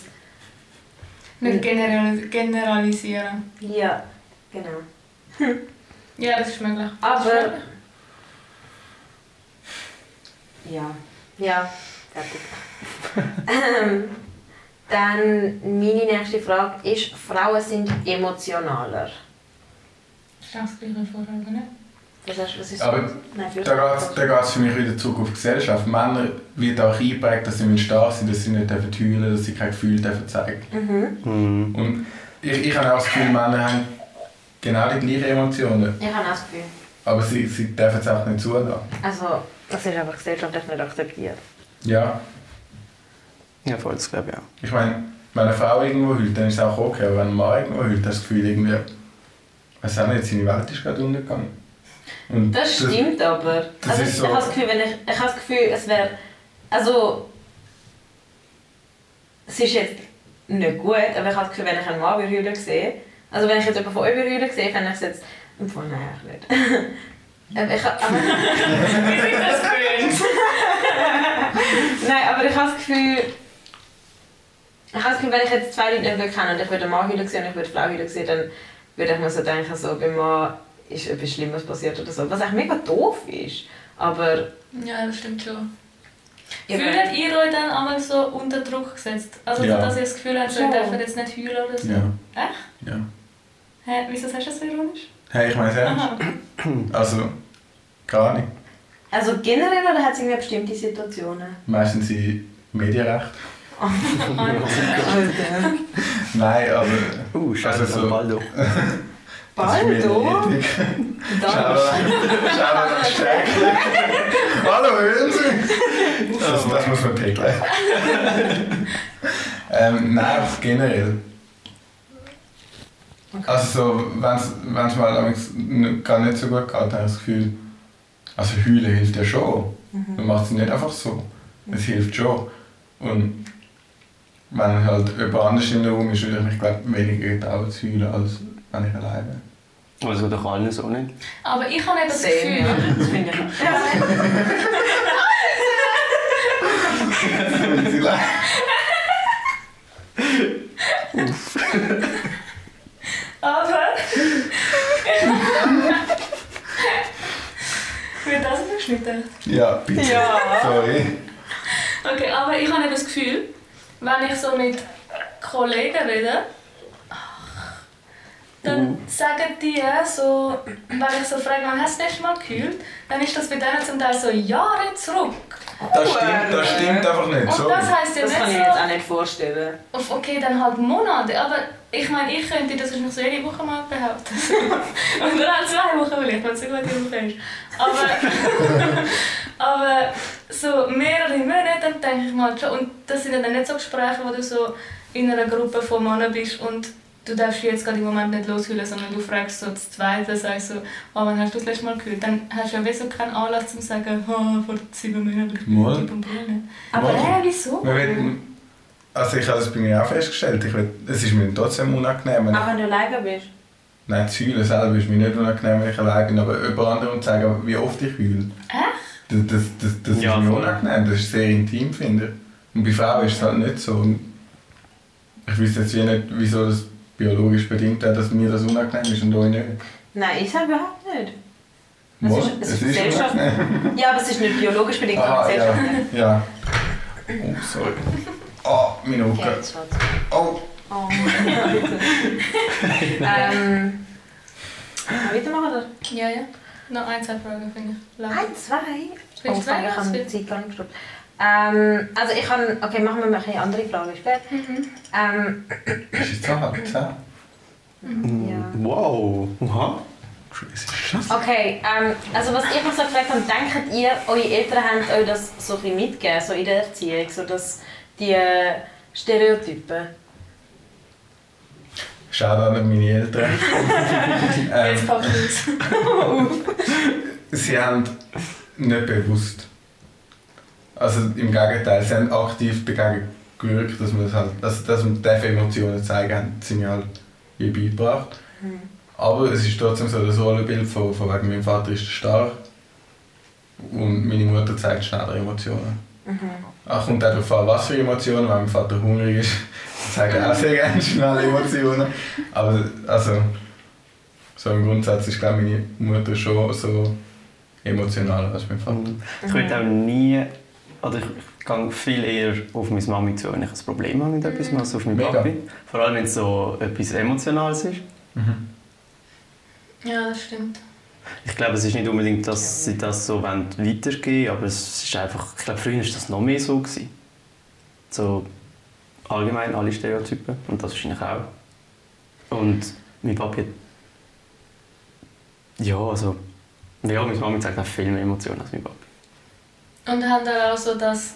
S2: Nicht general generalisieren.
S3: Ja, genau.
S2: Ja, das ist möglich. Das ist
S3: Aber...
S2: möglich.
S3: Ja. Ja, fertig. ähm, dann meine nächste Frage ist, Frauen sind emotionaler.
S2: Das ist auch das gleiche vorher, oder nicht?
S3: Was hast du, was ist
S4: Aber
S3: Nein,
S4: Da geht es da geht's für mich wieder zurück auf die Gesellschaft. Männer wird auch eingeprägt, dass sie müssen stark sind, dass sie nicht dürfen heulen dass sie kein Gefühl dürfen zeigen
S3: Mhm.
S5: Hm.
S4: Und ich, ich habe auch das Gefühl, Männer haben genau die gleichen Emotionen,
S3: Ich habe auch das Gefühl.
S4: aber sie, sie dürfen es auch nicht zulassen.
S3: Also, das ist einfach gesellschaftlich nicht akzeptiert.
S4: Ja,
S5: Ja, voll, das glaube ich auch.
S4: ich meine, wenn eine Frau irgendwo heult, dann ist es auch okay, aber wenn ein Mann irgendwo heult, das Gefühl irgendwie, weiß auch nicht, seine Welt ist gerade untergegangen. Und
S3: Das stimmt aber.
S4: das
S3: also,
S4: ist
S3: ich
S4: so.
S3: habe das Gefühl, wenn ich, ich habe das Gefühl, es wäre, also, es ist jetzt nicht gut, aber ich habe das Gefühl, wenn ich einen Mann berühren sehe, also wenn ich jetzt jemanden von euch berühren sehe, fände ich es jetzt, von nein, ich nicht. aber ich, hab- aber, nein, aber ich habe das Gefühl, ich habe das Gefühl, wenn ich jetzt zwei Leute nicht würde kennen und ich würde einen Mann heulen sehen und ich würde eine Frau heulen sehen, dann würde ich mir so denken, so, beim Mann ist etwas Schlimmes passiert oder so. Was echt mega doof ist. Aber
S2: Ja, das stimmt schon.
S3: Ja,
S2: Fühlt ihr euch dann einmal so unter Druck gesetzt? Also,
S4: Ja.
S2: dass ihr das Gefühl habt, so, ihr
S3: Schon.
S2: dürft jetzt nicht heulen oder so?
S4: Ja.
S2: Echt?
S4: Ja.
S2: Hä, wieso sagst du das so ironisch?
S4: Hey, ich meine es ernst.
S2: Aha.
S4: Also, gar nicht.
S3: also generell oder hat es irgendwie bestimmte Situationen?
S4: Meistens sind Medienrecht.
S3: Alter.
S4: Nein, aber...
S5: Uh, scheiße,
S4: Also so-
S5: Baldo.
S3: Baldo?
S4: wichtig.
S3: Dann
S4: Schau mal, Stärke. Hallo, hören Sie? Das, das muss man pickeln. ähm, nein, einfach generell. Also, so, wenn es mal amigs n- gar nicht so gut geht, dann habe ich das Gefühl, also heulen hilft ja schon. Man macht es nicht einfach so. Es hilft schon. Und wenn halt jemand anders im Raum ist, würde ich mich glaub, weniger getrauen zu heulen, als wenn ich alleine bin.
S5: Aber es geht Also doch allen so nicht.
S2: Aber ich habe eben das
S3: Same, ja.
S2: Gefühl,
S3: Das finde ich.
S4: Sie lachen.
S2: aber. Wird das überschnitten?
S4: Ja, bitte. Sorry.
S2: Okay, aber ich habe eben das Gefühl, wenn ich so mit Kollegen rede, dann sagen die so, wenn ich so frage, wann hast du das letzte Mal gekühlt, dann ist das bei denen zum Teil so Jahre zurück.
S4: Das stimmt, das stimmt einfach nicht.
S2: Und
S4: Sorry.
S2: das heisst ja
S3: Das kann ich mir
S2: nicht
S3: jetzt
S2: so,
S3: auch nicht vorstellen.
S2: auf, okay, dann halt Monate, aber ich meine, ich könnte das wahrscheinlich so jede Woche mal behaupten. Oder alle zwei Wochen vielleicht, wenn es so gut in der Woche ist. Aber, aber so mehrere Monate, dann denke ich mal schon. Und das sind ja dann nicht so Gespräche, wo du so in einer Gruppe von Männern bist und du darfst jetzt gerade im Moment nicht losheulen, sondern du fragst so das Zweite, sagst so, oh, wann hast du das letzte Mal gehört? Dann hast du ja wieso keinen Anlass, zum zu sagen, oh, vor sieben Monaten, aber ich bin
S4: Mal.
S2: Typ und Brunnen.
S4: Aber
S2: Aber
S4: Mal.
S2: hä, wieso?
S4: Man will, also ich habe das bei mir auch festgestellt. Ich will, es ist mir trotzdem unangenehm. Wenn ich,
S3: Auch wenn du alleine bist.
S4: nein, das Heulen selber ist mir nicht unangenehm, wenn ich allein bin, aber jemand anderem zu sagen, wie oft ich heule. Das, das, das, das
S5: Ja,
S4: ist mir
S5: voll.
S4: unangenehm. Das ist sehr intim, finde ich. Und bei Frauen ist es halt nicht so. Und Ich weiß jetzt wie nicht, wieso das biologisch bedingt hat, dass mir das unangenehm ist und euch nicht.
S3: Nein, ich habe überhaupt nicht. Es
S4: Mal,
S3: ist- es ist Gesellschaft.
S4: unangenehm.
S3: Ja, aber es ist nicht biologisch bedingt,
S4: Ah,
S3: sondern
S4: ja.
S3: gesellschaftlich.
S4: ja. Oh, sorry. Oh, meine
S3: Okay,
S4: Hucke.
S3: jetzt schaut's.
S4: Oh,
S3: Oh Mann. ähm. Kann ich weitermachen oder?
S2: Ja, ja. Noch ein, zwei Fragen finde ich. Lang.
S3: Ein, zwei.
S2: Willst du
S3: Oh, fuck,
S2: zwei?
S3: ich
S2: Was
S3: habe die
S2: willst
S3: Zeit gar nicht geschaut. Ähm, also ich kann, okay, machen wir mal eine andere Frage später. Ähm,
S4: das ist so halb zehn.
S3: ja.
S5: Wow. Wow. Crazy. Scheiße.
S3: Okay, ähm, also was ich mir so gefragt habe, denkt ihr, eure Eltern haben euch das so ein bisschen mitgegeben, so in der Erziehung, so dass die äh, Stereotypen?
S4: Schade an meine Eltern.
S2: Jetzt
S4: ähm,
S2: packst du es.
S4: sie haben nicht bewusst. Also im Gegenteil, sie haben aktiv dagegen gewirkt, dass man das halt, also dass man diese Emotionen zeigen, haben sie mir halt wie beigebracht. Aber es ist trotzdem so das Rollenbild von, von wegen mein Vater ist stark und meine Mutter zeigt schneller Emotionen.
S3: Mhm.
S4: Auch kommt auch darauf an, was für Emotionen. Wenn mein Vater hungrig ist, zeigt er auch sehr gerne schnell Emotionen. Aber also, so im Grundsatz ist glaube ich, meine Mutter schon so emotional als mein Vater.
S5: Und Hm. Ich würde
S3: Mhm.
S5: auch nie, oder ich, ich gehe viel eher auf meine Mami zu, wenn ich ein Problem habe mit etwas, als auf meinen
S4: Mega.
S5: Papi. Vor allem, wenn es so etwas Emotionales ist.
S2: Ja, das stimmt.
S5: Ich glaube, es ist nicht unbedingt, dass sie das so wollen weitergeben aber es ist einfach, ich glaube, früher war das noch mehr so. Gewesen. So allgemein alle Stereotypen und das wahrscheinlich auch. Und mein Papi hat... Ja, also... Ja, meine Mami zeigt auch viel mehr Emotionen als mein Papi.
S2: Und haben dann auch so das...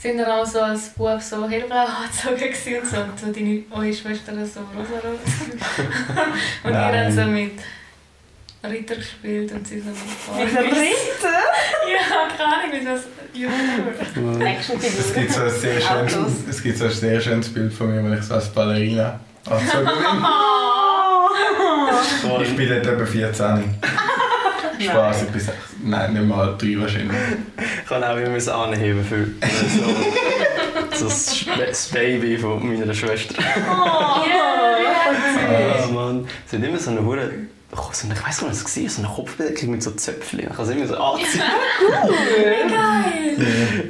S2: Sind dann auch so als Bub so hellblau angezogen gewesen und so. Und so deine, eure Schwester so rosarot. und ihr
S4: Nein.
S2: habt so mit Ritter gespielt und sie so mit
S3: Mit einem Ritter?
S2: Ja, keine Ahnung, wie das... Ja.
S4: Es gibt, so ein sehr schönes,
S3: Autos.
S4: es gibt so ein sehr schönes Bild von mir, wenn ich so als Ballerina angezogen bin.
S3: Oh.
S4: Ich bin dort etwa 14. Spaß, etwa 6. Nein, nicht mal 3 wahrscheinlich.
S5: Ich kann auch immer das anheben für so, so das, Sp- das Baby von meiner Schwester.
S4: Ah.
S5: Oh Mann. Es hat immer so eine Hure. Oh, so eine, ich weiß gar nicht, was es war. So eine Kopfbedeckung mit so Zöpfchen. Ich kann es immer so anziehen.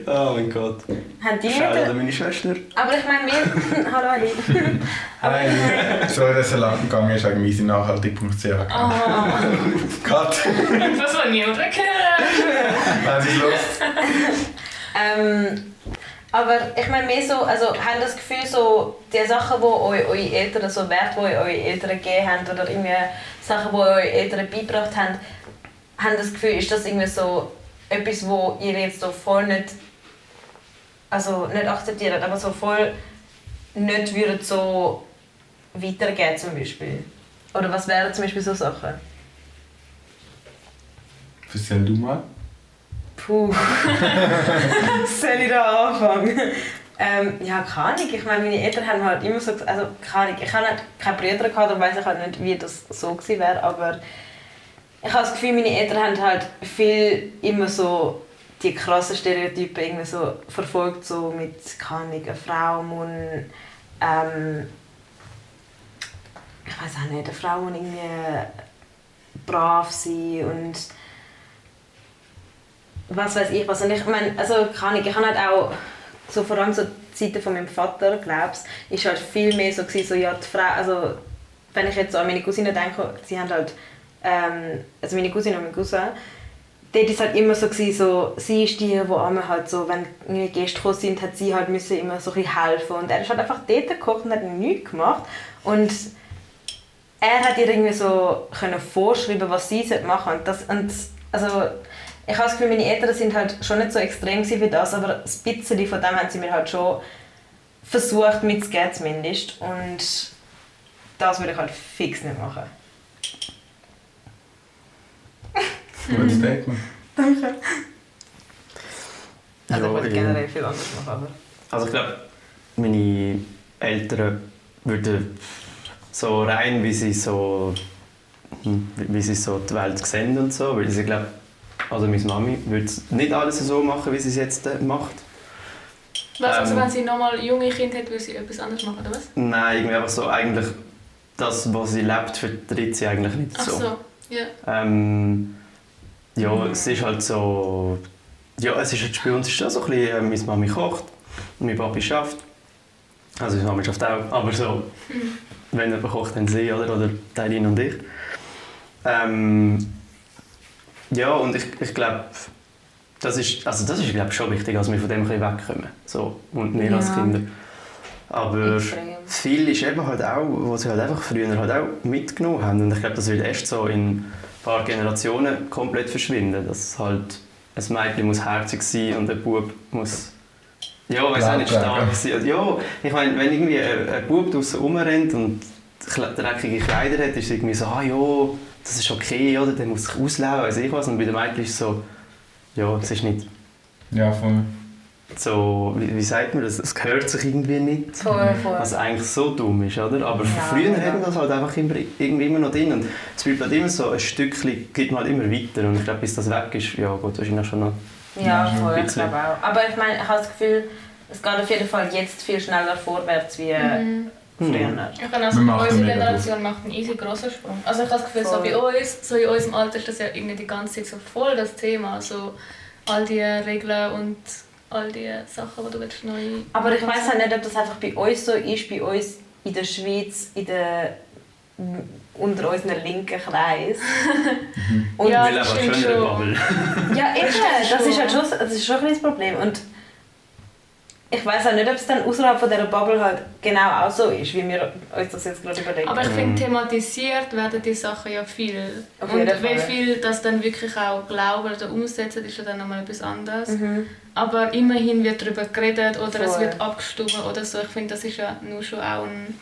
S5: Oh mein Gott.
S3: Haben die
S5: Schau
S3: Mütter-
S5: an meine Schwester.
S3: Aber ich meine, wir. Hallo, Ali.
S4: Nein, sorry, dass er lang gegangen ist, wegen meiner nachhaltig.ch.
S2: Oh,
S4: Cut,
S2: das war niemand erkennen.
S4: wenn sie los.
S3: Ähm, aber ich meine, mehr so, also haben das Gefühl, so die Sachen, die euch eure Eltern, so Wert, die euch eure Eltern gegeben haben oder irgendwie Sachen, die euch eure Eltern beigebracht haben, haben das Gefühl, ist das irgendwie so etwas, wo ihr jetzt so voll nicht, also nicht akzeptiert, aber so voll nicht würdet so weitergeben zum Beispiel? Oder was wären zum Beispiel so Sachen?
S4: Was denn du mal?
S3: Puh. Soll ich da anfangen? Ähm, ja, keine Ahnung. Ich meine, meine Eltern haben halt immer so gesagt, also keine Ahnung, ich habe halt keine Brüder gehabt, darum weiss ich halt nicht, wie das so gewesen wäre, aber ich habe das Gefühl, meine Eltern haben halt viel immer so die krassen Stereotypen irgendwie so verfolgt, so mit, keine Ahnung, eine Frau muss, ähm, ich weiß auch nicht, eine Frau muss irgendwie brav sein und was weiß ich was. Und ich meine, also kann ich, ich habe halt auch, so vor allem so die Seite von meinem Vater, glaubst ist halt viel mehr so gewesen, so, ja, die Frau, also wenn ich jetzt so an meine Cousine denke, sie haben halt, ähm, also meine Cousine und mein Cousin, dort ist halt immer so gewesen, so, sie ist die, wo einmal halt so, wenn neue Gäste gekommen sind, hat sie halt müssen immer so ein bisschen helfen und er ist halt einfach dort gekocht und hat nichts gemacht und er hat ihr irgendwie so können vorschreiben, was sie sollte machen und das, und also ich habe das Gefühl, meine Eltern sind halt schon nicht so extrem gewesen wie das, aber ein bisschen von dem haben sie mir halt schon versucht mitzugeben zumindest und das würde ich halt fix nicht machen.
S4: Gutes Statement.
S3: Also ich würde
S5: eben.
S3: generell viel anders machen, aber...
S5: Also ich glaube, meine Eltern würden so rein, wie sie so, hm, wie sie so die Welt sehen und so, weil sie glaube, also meine Mami würde nicht alles so machen, wie sie es jetzt äh, macht.
S2: Was, also
S5: Ähm.
S2: wenn sie nochmal junge Kinder hätte, würde sie etwas anderes machen, oder was?
S5: Nein, irgendwie einfach so eigentlich das, was sie lebt, vertritt sie eigentlich nicht
S2: Ach so, ja.
S5: Ähm, ja, es ist halt so. Ja, es ist halt, bei uns ist das so ein bisschen, äh, meine Mami kocht und mein Papi schafft. Also meine Mami schafft auch, aber so, wenn jemand kocht, dann sie, oder? Oder Teilin und ich. Ähm, ja, und ich, ich glaube, das ist, also das ist glaub, ich, schon wichtig, dass wir von dem ein bisschen wegkommen. So, und wir als
S3: Ja.
S5: Kinder. Aber
S3: Extrem.
S5: viel ist eben halt auch, was sie halt einfach früher halt auch mitgenommen haben. Und ich glaube, das wird erst so in ein paar Generationen komplett verschwinden. Dass halt ein Mädchen muss herzig sein und ein Bub muss... Ja, weiss auch nicht, stark
S4: Lautstark.
S5: sein. Ja, ich meine, wenn irgendwie ein, ein Bub draussen rumrennt und kle- dreckige Kleider hat, ist es irgendwie so, ah ja, das ist okay, oder? Der muss sich auslaufen, weiss ich was. Und bei den Mädchen ist es so, ja, das ist nicht...
S4: Ja, voll.
S5: so, wie, wie sagt man das? Es gehört sich irgendwie nicht.
S3: Voll, voll.
S5: Was eigentlich so dumm ist, oder? Aber
S3: Ja,
S5: früher
S2: genau.
S3: ja.
S5: haben wir das halt einfach immer, irgendwie immer noch drin. Und es bleibt halt immer so ein Stückchen, geht man halt immer weiter. Und ich glaube, bis das weg ist, ja gut, wahrscheinlich schon noch.
S3: Ja,
S4: Ja,
S3: voll,
S5: ein
S3: ich
S5: bisschen.
S3: glaube auch. Aber ich meine, ich habe das Gefühl, es geht auf jeden Fall jetzt viel schneller vorwärts wie äh,
S2: Mhm.
S3: früher.
S2: Ich habe also,
S4: Wir machen
S2: unsere
S4: mega
S2: Generation macht einen easy grossen Sprung. Also ich habe das Gefühl, so
S3: Voll.
S2: bei uns, so in unserem Alter ist das ja irgendwie die ganze Zeit so voll das Thema. So all die Regeln und all die Sachen, die du willst, neu...
S3: Aber ich weiß auch nicht, ob das einfach bei uns so ist, bei uns in der Schweiz, in der, unter unseren linken Kreis.
S4: Mhm.
S3: Und
S2: Ja,
S5: Weil
S2: das
S5: einfach
S2: stimmt
S5: schönere
S2: schon.
S5: Babbel.
S3: Ja, eben. Das
S2: schon.
S3: ist halt schon, das ist schon ein kleines Problem. Und ich weiß auch nicht, ob es dann außerhalb von dieser Bubble halt genau auch so ist, wie wir uns das jetzt gerade überlegen.
S2: Aber ich
S4: Mhm.
S2: finde, thematisiert werden die Sachen ja viel.
S3: Auf
S2: und
S3: jeden Fall.
S2: wie viel das dann wirklich auch glauben oder umsetzen, ist ja dann nochmal etwas anderes.
S3: Mhm.
S2: Aber immerhin wird darüber geredet oder es
S3: Voll.
S2: wird abgestimmt oder so. Ich finde, das ist ja nur schon auch ein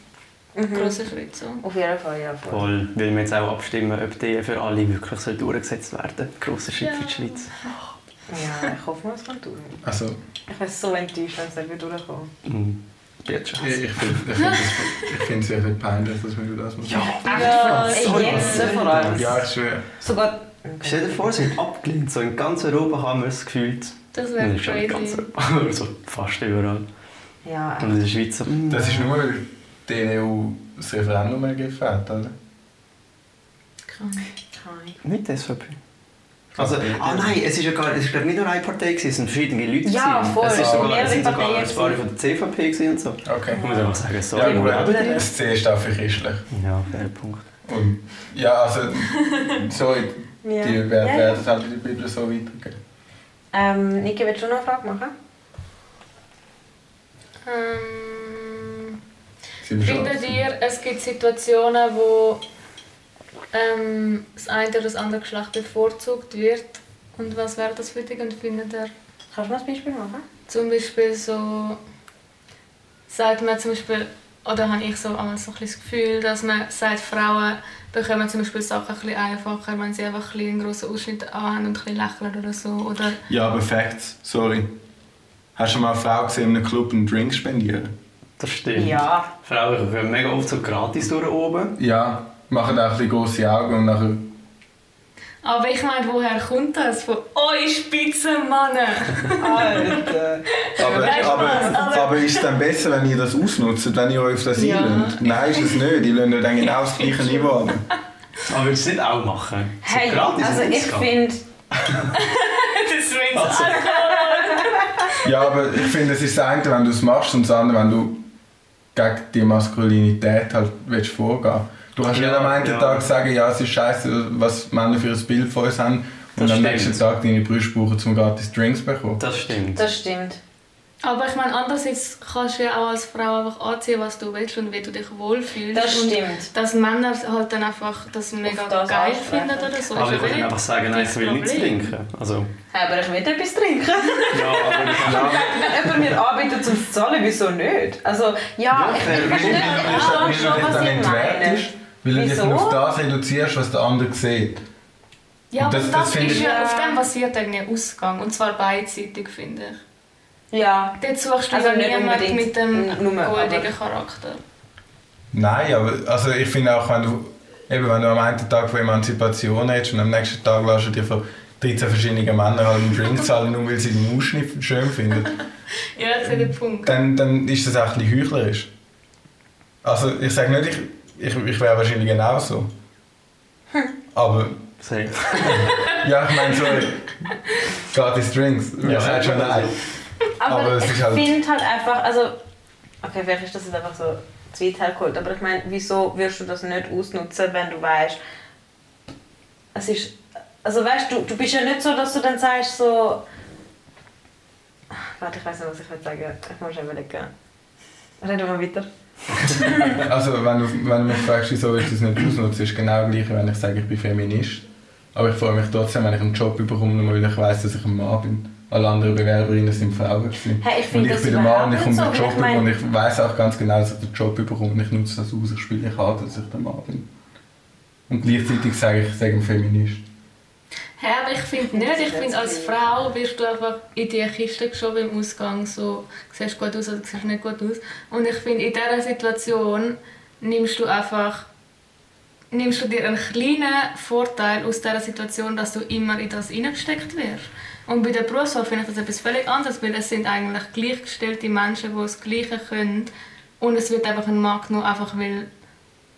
S3: Mhm.
S2: grosser Schritt. So.
S3: Auf jeden Fall, ja. Voll.
S5: Voll, weil wir jetzt auch abstimmen, ob die für alle wirklich soll durchgesetzt werden soll. Grosser Schritt für die Schweiz.
S3: Ja, ich hoffe, es kommt durch.
S4: Also,
S3: Ich wäre so enttäuscht, wenn es nicht wird durchkommen
S5: Mhm. Wird schon.
S4: ich, ich finde es ein bisschen peinlich, dass man das macht.
S5: Ja.
S2: Ja,
S3: Ey,
S2: so
S3: jetzt vor allem.
S4: Ja, ich schwöre.
S3: Sogar.
S5: Stell dir vor, sie sind abgelehnt. So in ganz Europa haben wir es gefühlt.
S2: Das
S5: Nein,
S2: wäre
S5: schon nicht ganz
S2: crazy.
S5: Europa, aber so fast überall.
S3: Ja,
S5: Und in der Schweiz so, mm,
S4: Das ist nur, weil die EU das Referendum ergriffen hat, oder?
S3: keine.
S5: nicht die SVP. Also, ah nein, es ist ja gar es ist, glaub, nicht nur eine Partei, gewesen, es sind verschiedene Leute.
S3: Ja,
S5: gewesen.
S3: voll.
S5: Es, ist sogar,
S3: Mehrere
S5: es sind sogar
S3: Parteien
S5: ein paar von der CVP gewesen und so.
S4: Okay.
S5: Ich muss einfach sagen, so.
S4: Ja, gut.
S5: ja,
S4: Das C ist auch für christlich.
S5: fairer Punkt.
S4: Und ja, also, sorry, die
S3: Ja.
S4: werden
S3: Ja, ja.
S4: werden es halt in der Bibel so weitergeben.
S3: Ähm, Niki, willst du noch eine Frage machen?
S2: Ähm,
S4: Sind wir schon
S2: findet
S4: abgestimmt?
S2: ihr, es gibt Situationen, wo ähm, das eine oder das andere Geschlecht bevorzugt wird? Und was wäre das für dich? Und findet ihr
S3: Kannst du noch ein Beispiel machen?
S2: Zum Beispiel so sagt man zum Beispiel, oder habe ich so einmal so ein bisschen das Gefühl, dass man sagt, Frauen bekommen zum Beispiel Sachen ein bisschen einfacher, wenn sie einfach ein bisschen einen grossen Ausschnitt anhaben und ein bisschen lächeln oder so. Oder
S4: Ja, aber Facts, sorry. Hast du schon mal eine Frau gesehen, in einem Club einen Drink spendieren?
S5: Das stimmt.
S3: Ja.
S5: Frauen können mega oft so gratis durch oben.
S4: Ja, machen auch ein bisschen grosse Augen und nachher...
S2: aber ich meine, woher kommt das? Von euch Spitzenmannen!
S5: äh,
S3: Alter.
S4: Aber,
S2: Nein, Spaß,
S4: aber,
S2: aber-
S4: aber, ist es dann besser, wenn ihr das ausnutzt, wenn ihr euch auf das
S2: Ja.
S4: einlöhnt? Nein, ist es nicht. Die löhnt dann genau das gleiche Niveau ab.
S5: Aber würdest du es nicht auch machen? So
S3: Hey,
S5: gratis
S3: also ich
S5: rausgehen.
S3: finde.
S2: das will
S5: Also.
S4: Ja, aber ich finde, es ist das eine, wenn du es machst und das andere, wenn du gegen die Maskulinität halt willst vorgehen Du kannst nicht
S5: Ja,
S4: am einen
S5: ja.
S4: Tag sagen, ja, es ist scheiße, was Männer für ein Bild von uns haben und
S5: Das
S4: am
S5: stimmt.
S4: nächsten Tag deine Brüste brauchen, um gratis Drinks zu bekommen.
S5: Das stimmt.
S3: Das stimmt.
S2: Aber ich meine, andererseits kannst du ja auch als Frau einfach anziehen, was du willst und wie du dich wohlfühlst.
S3: Das
S2: und
S3: stimmt.
S2: dass Männer halt dann einfach das mega
S3: das
S2: geil
S3: ansprechen.
S2: finden oder so.
S5: Aber
S2: ist
S5: ich
S2: ja
S5: würde
S2: nicht
S5: einfach sagen, nein, ich will
S2: dein
S5: nichts
S2: Problem.
S5: trinken. Also,
S3: Hey, aber ich will etwas trinken.
S5: ja, aber ich kann auch...
S3: Wenn jemand mir anbietet zum Zahlen, wieso nicht? Also, ja,
S5: Ja,
S3: ich,
S5: fair.
S3: ich verstehe
S4: Weil
S3: auch
S4: du
S3: schon,
S4: dich
S3: was
S4: dann
S3: ihr
S4: entwertest,
S3: meint.
S4: weil du dich
S3: Wieso?
S4: dann auf das reduzierst, was der andere sieht.
S2: Ja,
S4: Und
S2: aber
S4: das-
S2: das,
S4: das finde
S2: ist
S4: ich-
S2: ja, auf dem basiert irgendwie ein Ausgang. Und zwar beidseitig, finde ich.
S3: Ja,
S2: Dort suchst du
S3: Also
S2: ja
S3: nicht
S2: niemanden
S3: unbedingt
S2: mit dem
S3: n- nur, aber-
S2: goldenen Charakter.
S4: Nein, aber also ich finde auch, wenn du, eben, wenn du am einen Tag von Emanzipation redest und am nächsten Tag lässt du dir von 13 verschiedenen Männern halt einen Drink zahlen, nur weil sie den Ausschnitt schön finden,
S2: Ja, das ist der Punkt.
S4: dann, dann ist das auch ein bisschen heuchlerisch. Also ich sage nicht, ich, ich, ich wäre wahrscheinlich genauso. Aber
S5: Safe.
S4: ja, ich meine, sorry, gratis Drinks, ja,
S5: Ja,
S4: schon
S5: also-
S4: nein.
S3: aber,
S4: Aber es
S3: ich
S4: ist halt-
S3: finde halt einfach, also, okay, vielleicht ist das jetzt einfach so zu weit hergeholt, aber ich meine, wieso wirst du das nicht ausnutzen, wenn du weißt, es ist, also weißt du, du bist ja nicht so, dass du dann sagst, so, warte, ich weiß nicht, was ich will sagen, ich muss überlegen. Reden wir weiter.
S4: Also, wenn du, wenn du mich fragst, wieso ich das nicht ausnutze, ist genau das Gleiche, wenn ich sage, ich bin Feminist. Aber ich freue mich trotzdem, wenn ich einen Job bekomme, nur weil ich weiss, dass ich ein Mann bin. Alle anderen Bewerberinnen sind Frauen. gewesen.
S3: Hey, ich finde
S4: und ich
S3: das
S4: bin ein Mann und ich komme einen
S3: überhaupt nicht so,
S4: Job
S3: weil ich meine-
S4: über und ich weiss auch ganz genau, dass ich den Job bekomme und ich nutze das aus, ich spiele ich an, dass ich der Mann bin. Und gleichzeitig sage ich, ich sage ein Feminist.
S2: Hä, aber ich finde nicht. Ich finde, als Frau wirst du einfach in die Kiste geschoben im Ausgang. So, siehst gut aus oder siehst nicht gut aus. Und ich finde, in dieser Situation nimmst du einfach nimmst du dir einen kleinen Vorteil aus dieser Situation, dass du immer in das hineingesteckt wirst. Und bei der Berufswahl finde ich das etwas völlig anderes, weil es sind eigentlich gleichgestellte Menschen, die das Gleiche können. Und es wird einfach ein Markt nur einfach, weil,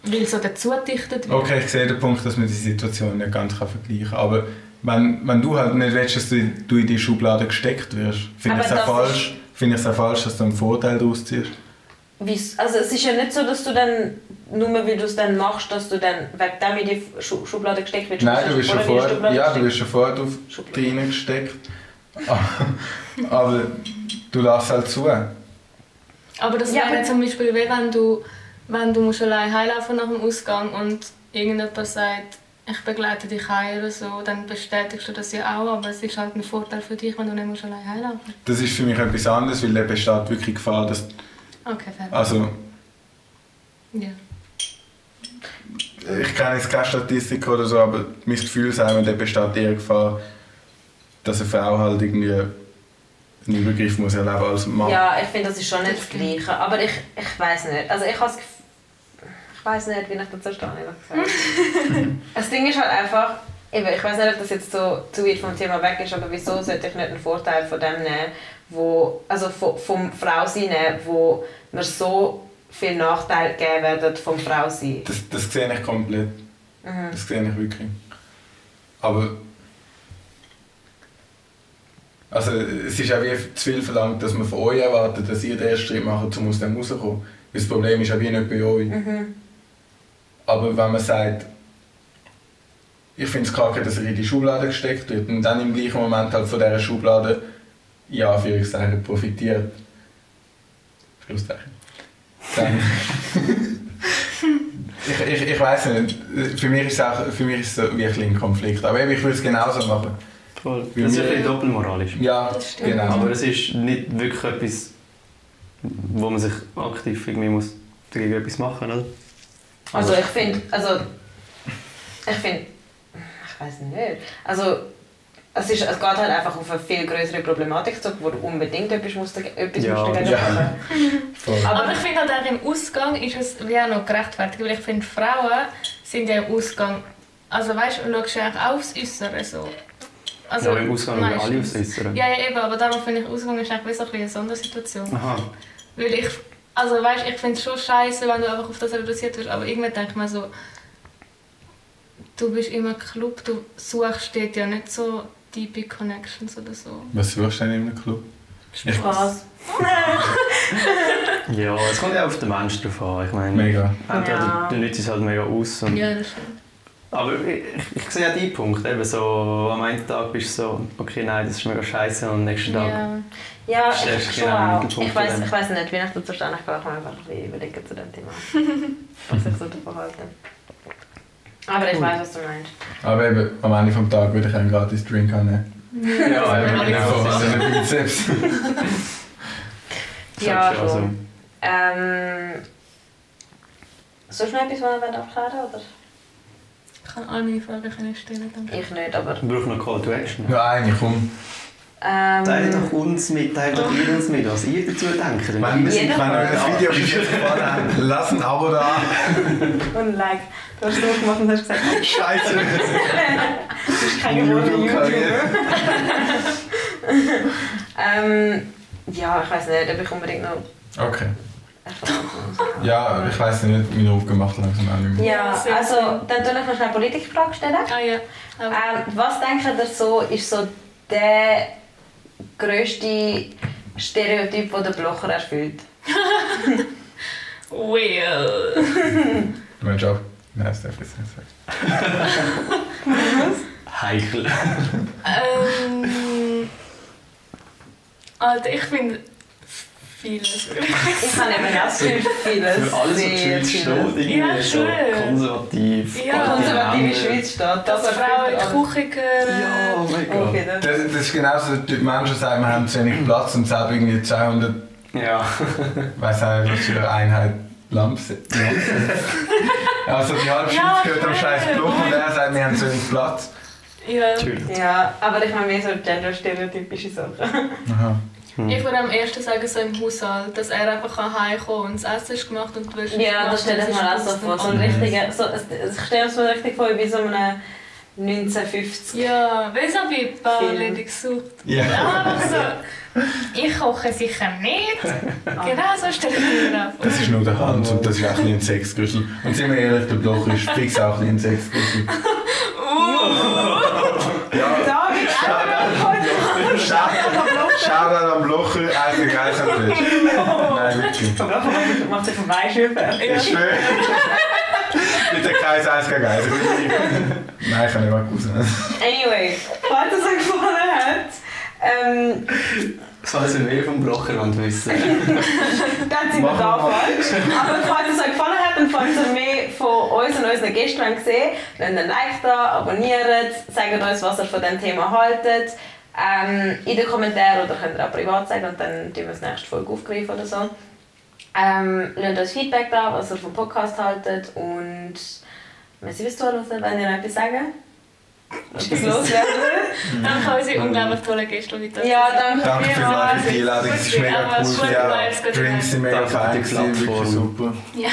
S2: weil so dazu dichtet wird.
S4: Okay, ich sehe den Punkt, dass man die Situation nicht ganz kann vergleichen kann. Aber wenn, wenn du halt nicht willst, dass du, in- du in die Schublade gesteckt wirst, finde
S3: Aber
S4: ich es auch
S3: das
S4: falsch, finde ich es auch falsch, dass du einen Vorteil daraus ziehst.
S3: Wie's- Also es ist ja nicht so, dass du dann, nur weil du es dann machst, dass du dann wegen dem in die Schu Schublade gesteckt wirst.
S4: Nein, du bist schon
S3: Oder in die
S4: vorher,
S3: Schublade
S4: ja, du
S3: gesteckt.
S4: bist schon vorher drauf
S3: Schublade.
S4: reingesteckt. Aber du lässt halt zu.
S2: Aber das
S3: Ja,
S2: wäre
S3: aber-
S2: zum Beispiel wie wenn du, wenn du musst allein heimlaufen nach dem Ausgang und irgendjemand sagt, ich begleite dich heim oder so, dann bestätigst du das ja auch, aber es ist halt ein Vorteil für dich, wenn du nicht musst allein heimlaufen musst.
S4: Das ist für mich etwas anderes, weil da besteht wirklich Gefahr, dass,
S2: Okay, fair.
S4: also
S2: Ja.
S4: ich kenne jetzt keine Statistik oder so, aber mein Gefühl sagt mir, da besteht eher Gefahr, dass eine Frau halt irgendwie einen Übergriff muss erleben als Mann.
S3: Ja, ich finde, das ist schon nicht das Gleiche. Aber ich, ich weiß nicht. Also ich habe das Gef- ich weiß nicht, wie ich dazu stehe. ehrlich gesagt. das Ding ist halt einfach, eben, ich weiß nicht, ob das jetzt so zu weit vom Thema weg ist, aber wieso sollte ich nicht einen Vorteil von dem nehmen, wo, also vom, vom Frausein nehmen, wo mir so viel Nachteil gegeben werden vom Frausein.
S4: Das, das sehe ich komplett.
S3: Mhm.
S4: Das sehe ich wirklich. Aber. Also, es ist auch wie zu viel verlangt, dass man von euch erwartet, dass ihr den ersten Schritt macht, um aus dem rauszukommen. Weil das Problem ist auch wie nicht bei euch.
S3: Mhm.
S4: Aber wenn man sagt, ich finde es kacke, dass er in die Schublade gesteckt wird und dann im gleichen Moment halt von dieser Schublade, ja, für ich sagen, profitiert. Schlusszeichen. Dann. ich ich, ich weiß nicht, für mich ist es auch für mich ist es so wie ein kleiner Konflikt. Aber eben, ich würde es genauso machen.
S5: Voll. Das ist ein bisschen doppelmoralisch.
S4: Ja,
S2: Das stimmt.
S4: genau.
S5: Aber es ist nicht wirklich etwas, wo man sich aktiv irgendwie muss dagegen etwas machen oder?
S3: Also
S5: Aber-
S3: ich finde, also ich finde, ich weiß nicht. Also es, ist, es geht halt einfach auf eine viel größere Problematik zurück, wo du unbedingt etwas musst, dagegen- etwas
S5: Ja.
S3: musst dagegen
S4: Ja.
S3: machen.
S4: Voll.
S2: Aber,
S3: Aber-
S2: ich finde halt auch im Ausgang ist es wie auch noch gerechtfertigt, weil ich finde, Frauen sind ja im Ausgang, also weißt du, schaust ja auch aufs Äußere so. Also,
S5: ja, im Ausgang haben wir alle
S2: meistens.
S5: aufs Äußere.
S2: Ja, ja, eben, aber darum finde ich, Ausgang ist eigentlich wie so ein bisschen eine Sondersituation.
S5: Aha.
S2: Weil ich, also weißt, ich finde es schon scheiße, wenn du einfach auf das reduziert wirst, aber irgendwann denke ich mir so, du bist immer Club, du suchst dort ja nicht so deep Connections oder so.
S4: Was suchst du denn in einem Club? Ich-
S3: Spaß.
S5: Ja, es kommt ja auf den Menschen drauf an. Ich meine,
S4: Mega.
S5: entweder
S3: Ja.
S5: du nützt es halt mega aus. Und,
S2: Ja, das stimmt.
S5: Aber ich, ich sehe auch deinen Punkt. Eben so, am einen Tag bist du so, okay, nein, das ist mega scheiße. Und am nächsten Tag,
S2: Ja.
S3: Ja,
S5: Das ist
S3: ich schon
S5: genau
S3: auch.
S5: der Punkt
S3: Ich weiß,
S5: dann.
S3: ich weiß nicht, wie ich dazu stehe. Ich kann auch einfach ein bisschen überlegen zu dem Thema, was ich so davon halte. Aber ich weiß, was du meinst.
S4: Aber eben, am Ende des Tages würde ich einen gratis Drink annehmen.
S5: ja,
S2: Ja,
S5: eben,
S2: alle
S5: genau.
S2: so.
S4: Von meinen Bizeps.
S5: Das
S3: Ja,
S5: ist so.
S3: schon. Ähm, sonst noch etwas, was wir abklären wollen, oder?
S2: Ich kann all meine Fragen können stellen, danke.
S3: Ich nicht, aber...
S5: Ich brauche noch Call to Action.
S4: Nur eine, komm.
S3: Ähm,
S5: Teilt doch uns mit, teilt doch ihr uns mit, was ihr dazu denkt.
S4: Wenn, wenn
S3: Jeder-
S4: euch das Video bis jetzt gefallen hat, lasst ein Abo da.
S3: Und like. Du hast so gemacht und hast gesagt,
S4: Scheiße.
S3: du bist kein gewohnter YouTuber.
S4: YouTube-Karriere.
S3: Ähm, ja, ich weiß nicht, ob ich unbedingt noch
S4: Okay. Ja, ich weiss nicht, meine Aufgabe gemacht langsam auch nicht mehr.
S3: Ja, also, dann tue ich noch schnell eine Politikfrage stellen.
S2: Ah ja, aber
S3: Ähm, was denkt ihr so, ist so der grösste Stereotyp, den der Blocher erfüllt?
S2: well.
S4: Mein Job. Nein, das darf ich jetzt nicht sagen.
S5: Heikel.
S2: ähm, Alter, ich finde vieles.
S3: Ich habe eben ganz viel vieles.
S5: Für alles, was die
S3: sehr
S5: Schweiz steht, genau.
S3: vieles.
S5: irgendwie
S2: Ja,
S5: so
S2: schön.
S5: konservativ.
S2: Ja.
S3: Konservative
S5: Anti-Länder.
S3: Schweiz steht, das
S2: Dass Frauen in
S3: erfüllt
S2: die
S3: alles.
S2: Küche gehören.
S5: Ja, oh mein
S3: Oh,
S5: Gott.
S4: Das, das ist genau genauso, die Menschen sagen, wir haben zu wenig Platz und selber irgendwie 200,
S5: Ja.
S4: weiss auch nicht, was für eine Einheit Lamp sind. Also die halbe
S2: Ja,
S4: Schweiz gehört am
S2: schön.
S4: scheiß Block und er sagt, wir haben zu wenig Platz.
S2: Ja.
S5: Natürlich.
S3: Ja, aber ich meine mehr so genderstereotypische Sachen.
S4: Aha.
S5: Hm.
S2: Ich würde am ersten sagen, so im Haushalt, dass er einfach kann heimkommen und das Essen ist gemacht und du wirst
S3: Ja, das stelle ich mir auch so vor. So ein richtiger, so, es- es- ich stelle es mir richtig vor, wie bei so einem 1950.
S2: Ja, weil es auch bei Bauerledig sucht.
S4: Ja.
S2: Also, ich koche sicher nicht. Genau so stelle ich mir auch vor.
S4: Das ist nur der Hans und das ist auch ein bisschen ein Sexgüssel. Und sind wir ehrlich, der Bloch ist fix auch ein bisschen ein Sexgüssel.
S3: David,
S4: Schade am Blocher, also geil, das Nein, wirklich.
S3: auch macht sich vorbeischüpfen.
S4: Ich schwöre. Bitte kein Eis, kein Geis. Nein, ich kann nicht mal raus.
S3: Anyway, falls es euch gefallen hat, ähm,
S5: Falls wir mehr vom Blocherland wissen.
S3: dann sind wir
S4: Machen
S3: da
S4: wir mal.
S3: falsch. Aber falls es euch gefallen hat und falls ihr mehr von uns und unseren Gästen wollt sehen wollt, dann Like da, abonniert, sagt uns, was ihr von diesem Thema haltet. Ähm, in den Kommentaren oder könnt ihr auch privat sagen und dann tun wir es nächste Folge aufgreifen oder so. Ähm, lasst uns Feedback da, was ihr vom Podcast haltet und merci fürs Zuhören, wenn ihr noch etwas sagen. Tschüss, los,
S2: Dann kann unsere unglaublich tolle Gäste weiter.
S3: Ja, danke.
S4: Danke
S3: vielmals.
S4: vielmals für die Einladung, es ist mega cool. Ja, Drinks sind mega
S5: Danke für
S4: fein,
S5: die
S4: gewesen, wirklich
S5: Plattform.
S4: super.
S2: Ja,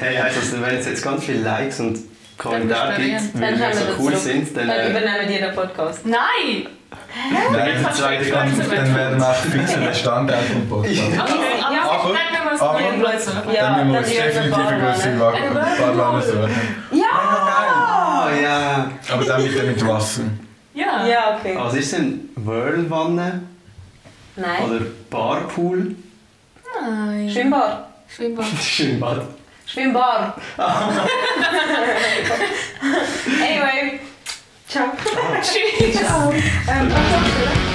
S5: Hey, also, wenn es jetzt ganz viele Likes und Kommentare
S2: Dann
S5: gibt,
S3: Dann
S5: weil wir
S3: kommen
S5: so
S3: wir
S5: cool
S3: zurück.
S5: sind, dann
S3: Dann
S5: äh,
S3: übernehmen die den Podcast.
S2: Nein!
S4: Nein,
S5: der zweite
S2: Dann
S5: ganz.
S4: dann werden wir auch fix den Standard vom Podcast.
S2: Aber,
S3: Ja,
S2: aber,
S4: aber-
S2: dann können wir uns
S4: aber-
S2: probieren, Leute.
S4: Dann müssen wir uns
S3: dann
S4: definitiv
S3: werden
S4: eine
S3: wir
S4: grosse
S3: Badwanne.
S4: Badwanne suchen.
S3: Ja!
S5: Ah, ja.
S4: Aber dann bitte mit Wasser.
S2: Ja.
S3: Ja, okay.
S5: Was ist denn Whirlwanne
S3: Nein.
S5: oder Barpool?
S2: Nein.
S3: Schwimmbar.
S2: Schwimmbad.
S5: Schwimmbad.
S3: Schwimmbar. anyway. Ciao.
S2: Tschüss.
S3: Ähm, was sagst du?